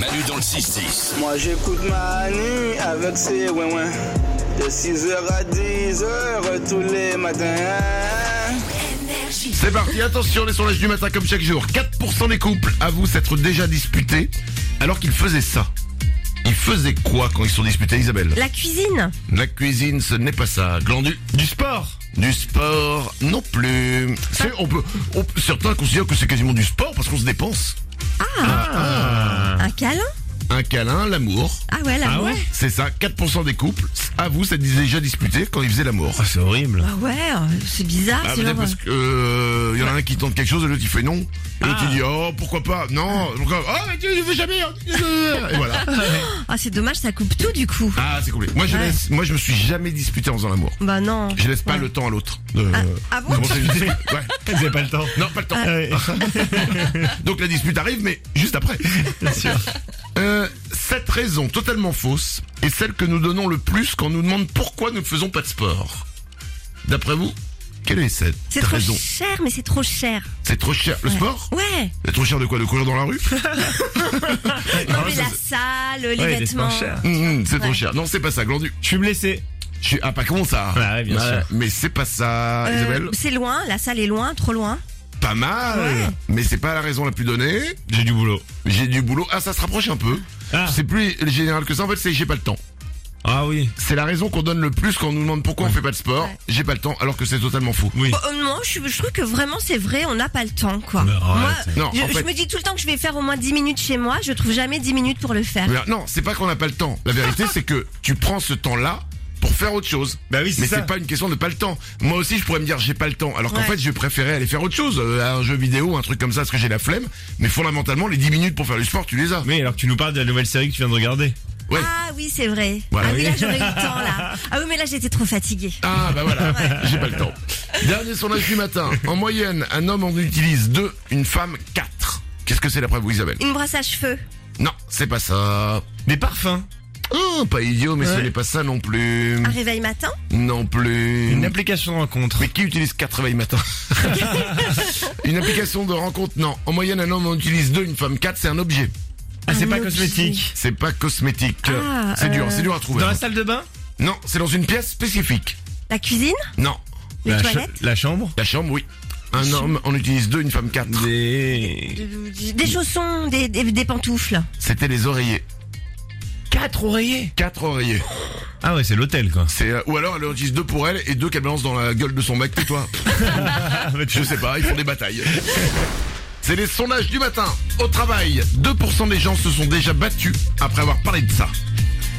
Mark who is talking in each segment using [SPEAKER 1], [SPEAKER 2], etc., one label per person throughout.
[SPEAKER 1] Manu dans le 6-10.
[SPEAKER 2] Moi j'écoute Manu avec ses ouin-ouin. De 6h à 10h tous les matins.
[SPEAKER 3] C'est parti, attention les sondages du matin comme chaque jour. 4% des couples avouent s'être déjà disputés alors qu'ils faisaient ça. Ils faisaient quoi quand ils se sont disputés Isabelle
[SPEAKER 4] La cuisine.
[SPEAKER 3] La cuisine ce n'est pas ça. Glandu
[SPEAKER 5] Du sport
[SPEAKER 3] Du sport non plus. C'est- On peut, on- certains considèrent que c'est quasiment du sport parce qu'on se dépense. Ah.
[SPEAKER 4] Un câlin
[SPEAKER 3] Un câlin, l'amour.
[SPEAKER 4] Ah ouais, l'amour.
[SPEAKER 5] ouais
[SPEAKER 3] C'est ça, 4% des couples avouent s'être déjà disputés quand ils faisaient l'amour.
[SPEAKER 5] Oh, c'est horrible.
[SPEAKER 4] Ah ouais, euh, c'est bizarre.
[SPEAKER 3] Ah,
[SPEAKER 4] c'est
[SPEAKER 3] peut-être
[SPEAKER 4] genre,
[SPEAKER 3] parce que euh, y en a un qui tente quelque chose et l'autre il fait non. Et l'autre
[SPEAKER 4] Ah.
[SPEAKER 3] il dit oh pourquoi pas non pourquoi oh mais tu ne fais jamais hein. et voilà
[SPEAKER 4] euh, ah, c'est dommage, ça coupe tout du coup.
[SPEAKER 3] ah c'est compliqué moi je
[SPEAKER 4] Ouais.
[SPEAKER 3] laisse moi je me suis jamais disputé en faisant l'amour
[SPEAKER 4] Bah non.
[SPEAKER 3] je laisse pas
[SPEAKER 4] Ouais.
[SPEAKER 3] le temps à l'autre de-
[SPEAKER 4] Ah, ah bon
[SPEAKER 3] de commencer une dispute. Ouais.
[SPEAKER 5] Vous avez pas le temps. Ah
[SPEAKER 3] non pas le temps
[SPEAKER 5] Ouais.
[SPEAKER 3] donc la dispute arrive mais juste après Euh, cette raison totalement fausse est celle que nous donnons le plus quand on nous demande pourquoi nous ne faisons pas de sport d'après vous quelle est cette
[SPEAKER 4] C'est trop
[SPEAKER 3] raison
[SPEAKER 4] cher, mais c'est trop cher.
[SPEAKER 3] c'est trop cher le sport
[SPEAKER 4] Ouais.
[SPEAKER 3] c'est trop cher de quoi de courir dans la rue Eh, ah,
[SPEAKER 5] Ah,
[SPEAKER 4] Non, mais la salle, les
[SPEAKER 5] Ouais, des
[SPEAKER 4] vêtements.
[SPEAKER 5] sports chers.
[SPEAKER 3] Hum, hum, c'est trop
[SPEAKER 4] Ouais.
[SPEAKER 3] cher. Non, c'est pas ça, Glandu.
[SPEAKER 5] Je suis blessé.
[SPEAKER 3] Je suis... Ah, pas comment ça
[SPEAKER 5] Bah Ouais, ouais, bien sûr.
[SPEAKER 3] Mais c'est pas ça,
[SPEAKER 4] Euh,
[SPEAKER 3] Ah, Isabelle.
[SPEAKER 4] c'est loin, la salle est loin, trop loin.
[SPEAKER 3] Pas mal.
[SPEAKER 4] Ouais.
[SPEAKER 3] Mais c'est pas la raison la plus donnée.
[SPEAKER 5] J'ai du boulot.
[SPEAKER 3] J'ai du boulot. Ah, ça se rapproche un peu.
[SPEAKER 5] Ah.
[SPEAKER 3] C'est plus général que ça. En fait, c'est j'ai pas le temps.
[SPEAKER 5] Ah oui.
[SPEAKER 3] C'est la raison qu'on donne le plus quand on nous demande pourquoi on fait pas de sport. J'ai pas le temps, alors que c'est totalement faux.
[SPEAKER 5] Oui.
[SPEAKER 4] Bon, euh, non, je, je trouve que vraiment c'est vrai, on n'a pas le temps quoi.
[SPEAKER 5] Mais arrête.
[SPEAKER 4] Moi,
[SPEAKER 3] Non,
[SPEAKER 4] je,
[SPEAKER 3] en
[SPEAKER 4] je
[SPEAKER 3] fait-
[SPEAKER 4] me dis tout le temps que je vais faire au moins 10 minutes chez moi, je trouve jamais 10 minutes pour le faire.
[SPEAKER 3] Mais Non, c'est pas qu'on n'a pas le temps. La vérité, c'est que tu prends ce temps-là pour faire autre chose.
[SPEAKER 5] Bah oui, c'est
[SPEAKER 3] Mais
[SPEAKER 5] ça.
[SPEAKER 3] c'est pas une question de pas le temps. Moi aussi, je pourrais me dire j'ai pas le temps. Alors qu'en
[SPEAKER 4] Ouais.
[SPEAKER 3] fait, je préférais aller faire autre chose, euh, un jeu vidéo, un truc comme ça, parce que j'ai la flemme. Mais fondamentalement, les 10 minutes pour faire du sport, tu les as.
[SPEAKER 5] Oui, alors que tu nous parles de la nouvelle série que tu viens de regarder.
[SPEAKER 3] Ouais.
[SPEAKER 4] Ah oui, c'est vrai.
[SPEAKER 3] Voilà.
[SPEAKER 4] ah oui,
[SPEAKER 3] Oui.
[SPEAKER 4] là j'aurais eu le temps là. Ah oui, mais là j'étais trop fatiguée.
[SPEAKER 3] Ah bah voilà, j'ai pas le temps. Dernier sondage du matin. En moyenne, un homme en utilise deux, une femme quatre. Qu'est-ce que c'est d'après vous, Isabelle
[SPEAKER 4] Une brosse à cheveux.
[SPEAKER 3] Non, c'est pas ça.
[SPEAKER 5] Des parfums.
[SPEAKER 3] Hum, pas idiot, mais ce
[SPEAKER 5] Ouais. Ah.
[SPEAKER 3] n'est pas ça non plus.
[SPEAKER 5] Mm.
[SPEAKER 4] Un réveil matin.
[SPEAKER 3] Non plus.
[SPEAKER 5] Une application de rencontre.
[SPEAKER 3] Mais qui utilise 4 réveils matin Une application de rencontre, non. En moyenne, un homme en utilise 2, une femme 4, c'est un objet.
[SPEAKER 5] Ah, c'est
[SPEAKER 4] Un
[SPEAKER 5] pas
[SPEAKER 4] objet.
[SPEAKER 5] cosmétique.
[SPEAKER 3] C'est pas cosmétique.
[SPEAKER 4] Ah,
[SPEAKER 3] c'est dur,
[SPEAKER 4] euh,
[SPEAKER 3] c'est dur à trouver.
[SPEAKER 5] Dans la salle de bain
[SPEAKER 3] Non, c'est dans une pièce spécifique.
[SPEAKER 4] La cuisine.
[SPEAKER 3] Non,
[SPEAKER 4] Les
[SPEAKER 5] la,
[SPEAKER 4] toilettes.
[SPEAKER 5] cha- la chambre
[SPEAKER 3] la chambre, oui. Un homme en utilise 2, une femme 4.
[SPEAKER 5] Des...
[SPEAKER 4] euh, Des, des chaussons, des, des, des pantoufles.
[SPEAKER 3] C'était les oreillers.
[SPEAKER 5] Quatre oreillers
[SPEAKER 3] 4 oreillers.
[SPEAKER 5] Ah ouais, c'est l'hôtel quoi.
[SPEAKER 3] C'est euh, ou alors elle en utilise 2 pour elle et 2 qu'elle balance dans la gueule de son mec, tais-toi. Je sais pas, ils font des batailles. C'est les sondages du matin. Au travail, 2% des gens se sont déjà battus après avoir parlé de ça.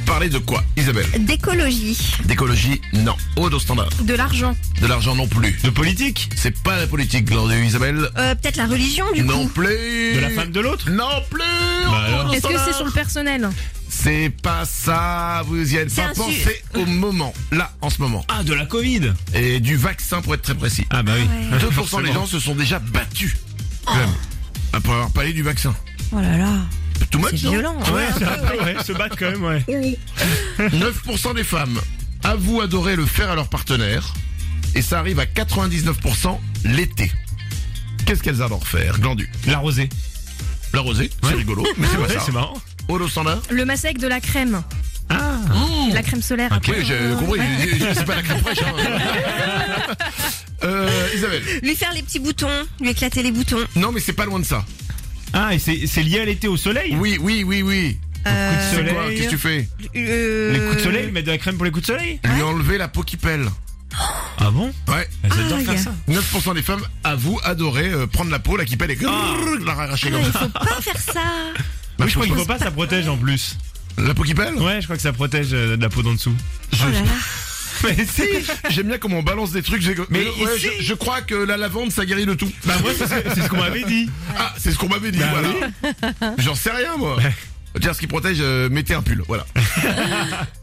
[SPEAKER 3] Parler de quoi, Isabelle
[SPEAKER 4] D'écologie.
[SPEAKER 3] D'écologie, non. Aude au standard.
[SPEAKER 4] De l'argent.
[SPEAKER 3] De l'argent non plus.
[SPEAKER 5] De politique
[SPEAKER 3] C'est pas la politique, Glandé Isabelle.
[SPEAKER 4] Euh, Peut-être la religion du
[SPEAKER 3] Non
[SPEAKER 4] coup.
[SPEAKER 3] plus.
[SPEAKER 5] De la femme de l'autre
[SPEAKER 3] Non plus.
[SPEAKER 5] alors
[SPEAKER 3] Aude au
[SPEAKER 6] Est-ce que c'est
[SPEAKER 3] standard.
[SPEAKER 6] sur le personnel
[SPEAKER 3] C'est pas ça. Vous y êtes
[SPEAKER 4] C'est
[SPEAKER 3] pas
[SPEAKER 4] un
[SPEAKER 3] pensé au moment. Là, en ce moment.
[SPEAKER 5] Ah, de la Covid
[SPEAKER 3] Et du vaccin pour être très précis.
[SPEAKER 5] Ah bah oui.
[SPEAKER 4] Ouais.
[SPEAKER 3] 2% des
[SPEAKER 5] Forcément.
[SPEAKER 3] gens se sont déjà battus.
[SPEAKER 4] Ah.
[SPEAKER 3] Quand même. Après avoir parlé du vaccin.
[SPEAKER 4] Oh là là.
[SPEAKER 3] Too
[SPEAKER 4] C'est
[SPEAKER 3] much, non
[SPEAKER 4] violent.
[SPEAKER 5] Ah
[SPEAKER 4] hein.
[SPEAKER 5] Ouais, Mm. ouais, se battre quand même, ouais.
[SPEAKER 3] 9% des femmes avouent adorer le faire à leur partenaire. Et ça arrive à 99% l'été. Qu'est-ce qu'elles adorent faire Glandu.
[SPEAKER 5] La rosée.
[SPEAKER 3] La rosée, c'est
[SPEAKER 5] Ouais.
[SPEAKER 3] rigolo, mais c'est pas
[SPEAKER 5] Ah Ouais,
[SPEAKER 3] ça.
[SPEAKER 5] c'est marrant.
[SPEAKER 3] Holo standard
[SPEAKER 6] Le massacre avec de la crème.
[SPEAKER 5] Ah
[SPEAKER 6] La crème solaire.
[SPEAKER 3] Oui, Mmh. j'ai compris, j'ai- j'ai- c'est pas la crème fraîche. hein. Euh, Isabelle,
[SPEAKER 4] Lui faire les petits boutons, lui éclater les boutons.
[SPEAKER 3] non mais c'est pas loin de ça.
[SPEAKER 5] Ah, et c'est c'est lié à l'été au soleil
[SPEAKER 3] Oui, oui, oui, oui.
[SPEAKER 5] Coup de
[SPEAKER 3] C'est quoi Qu'est-ce que tu fais
[SPEAKER 4] Euh,
[SPEAKER 5] Les coups de soleil, mettre de la crème pour les coups de soleil
[SPEAKER 3] Lui enlever la peau qui pèle.
[SPEAKER 5] Ah bon
[SPEAKER 3] Ouais.
[SPEAKER 5] Elles adorent
[SPEAKER 4] Aïe.
[SPEAKER 5] faire ça.
[SPEAKER 3] 9% des femmes avouent adorer euh, prendre la peau, la qui pèle et grrrr, la
[SPEAKER 4] Ah,
[SPEAKER 3] arracher comme
[SPEAKER 4] il
[SPEAKER 3] ça.
[SPEAKER 4] faut pas faire ça.
[SPEAKER 3] Bah,
[SPEAKER 5] Oui, je crois qu'il
[SPEAKER 3] pense
[SPEAKER 5] faut pas, ça protège en plus.
[SPEAKER 3] que- La peau qui pèle
[SPEAKER 5] Ouais, je crois que ça protège euh, de la peau d'en dessous.
[SPEAKER 4] Oh là là.
[SPEAKER 5] Mais si
[SPEAKER 3] J'aime bien comment on balance des trucs. j'ai-
[SPEAKER 5] Mais
[SPEAKER 3] ouais,
[SPEAKER 5] ici-
[SPEAKER 3] je, je crois que la lavande, ça guérit le tout.
[SPEAKER 5] Bah moi, c'est ce c'est ce qu'on m'avait dit.
[SPEAKER 3] Ah, c'est ce qu'on m'avait dit,
[SPEAKER 5] Bah
[SPEAKER 3] voilà. J'en sais rien, moi. Tiens, ce qui protège, euh, mettez un pull, voilà.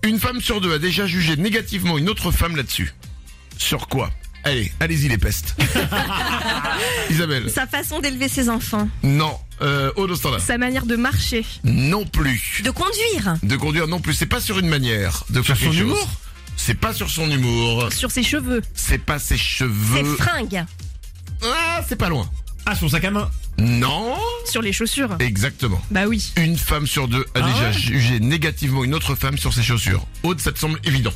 [SPEAKER 3] une femme sur deux a déjà jugé négativement une autre femme là-dessus. Sur quoi Allez, allez-y les pestes. Isabelle,
[SPEAKER 4] Sa façon d'élever ses enfants.
[SPEAKER 3] non. Euh, Aude au standard,
[SPEAKER 6] Sa manière de marcher.
[SPEAKER 3] non plus.
[SPEAKER 4] De conduire.
[SPEAKER 3] De conduire, non plus. C'est pas sur une manière de faire
[SPEAKER 5] son
[SPEAKER 3] quelque chose.
[SPEAKER 5] humour
[SPEAKER 3] C'est pas sur son humour.
[SPEAKER 6] Sur ses cheveux.
[SPEAKER 3] C'est pas ses
[SPEAKER 4] Ses
[SPEAKER 5] Euh.
[SPEAKER 3] cheveux.
[SPEAKER 4] fringues.
[SPEAKER 3] Ah, c'est pas loin.
[SPEAKER 5] Ah, son sac à main.
[SPEAKER 3] Non
[SPEAKER 6] Sur les chaussures.
[SPEAKER 3] Exactement.
[SPEAKER 6] Bah oui.
[SPEAKER 3] Une femme sur deux a
[SPEAKER 5] Ah
[SPEAKER 3] déjà
[SPEAKER 5] ouais
[SPEAKER 3] jugé négativement une autre femme sur ses chaussures. Aude, ça te semble évident.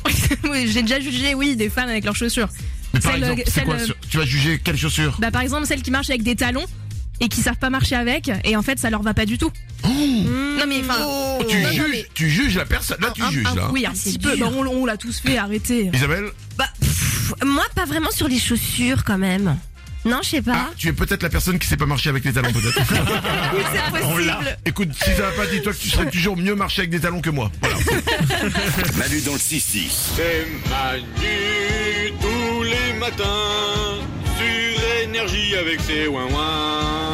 [SPEAKER 6] Oui, J'ai déjà jugé, oui, des femmes avec leurs chaussures.
[SPEAKER 3] Mais par
[SPEAKER 6] C'est le-
[SPEAKER 3] exemple, c'est
[SPEAKER 6] c'est
[SPEAKER 3] quoi
[SPEAKER 6] le-
[SPEAKER 3] sur- Tu vas juger quelle chaussure
[SPEAKER 6] Bah par exemple celles qui marchent avec des talons et qui savent pas marcher avec et en fait ça leur va pas du tout.
[SPEAKER 4] Mm.
[SPEAKER 6] Non mais enfin
[SPEAKER 3] Oh, tu,
[SPEAKER 6] non, non,
[SPEAKER 3] juges,
[SPEAKER 6] mais-
[SPEAKER 3] tu juges la personne. Là, tu
[SPEAKER 6] un-
[SPEAKER 3] juges.
[SPEAKER 6] un-
[SPEAKER 3] là.
[SPEAKER 6] Ah, oui un
[SPEAKER 4] Ah, c'est
[SPEAKER 6] petit peu.
[SPEAKER 4] dur.
[SPEAKER 6] Bah, on, on l'a tous fait, arrêtez.
[SPEAKER 3] Isabelle,
[SPEAKER 4] Bah, pff, moi, pas vraiment sur les chaussures, quand même. Non, je sais
[SPEAKER 3] ah,
[SPEAKER 4] pas.
[SPEAKER 3] tu es peut-être la personne qui sait pas marcher avec les talons, peut-être.
[SPEAKER 4] c'est possible.
[SPEAKER 3] Écoute, si ça va pas, dis-toi que tu serais toujours mieux marcher avec des talons que moi. Voilà.
[SPEAKER 7] Manu dans le 6-10.
[SPEAKER 8] C'est Manu tous les matins sur énergie avec ses ouin-ouin.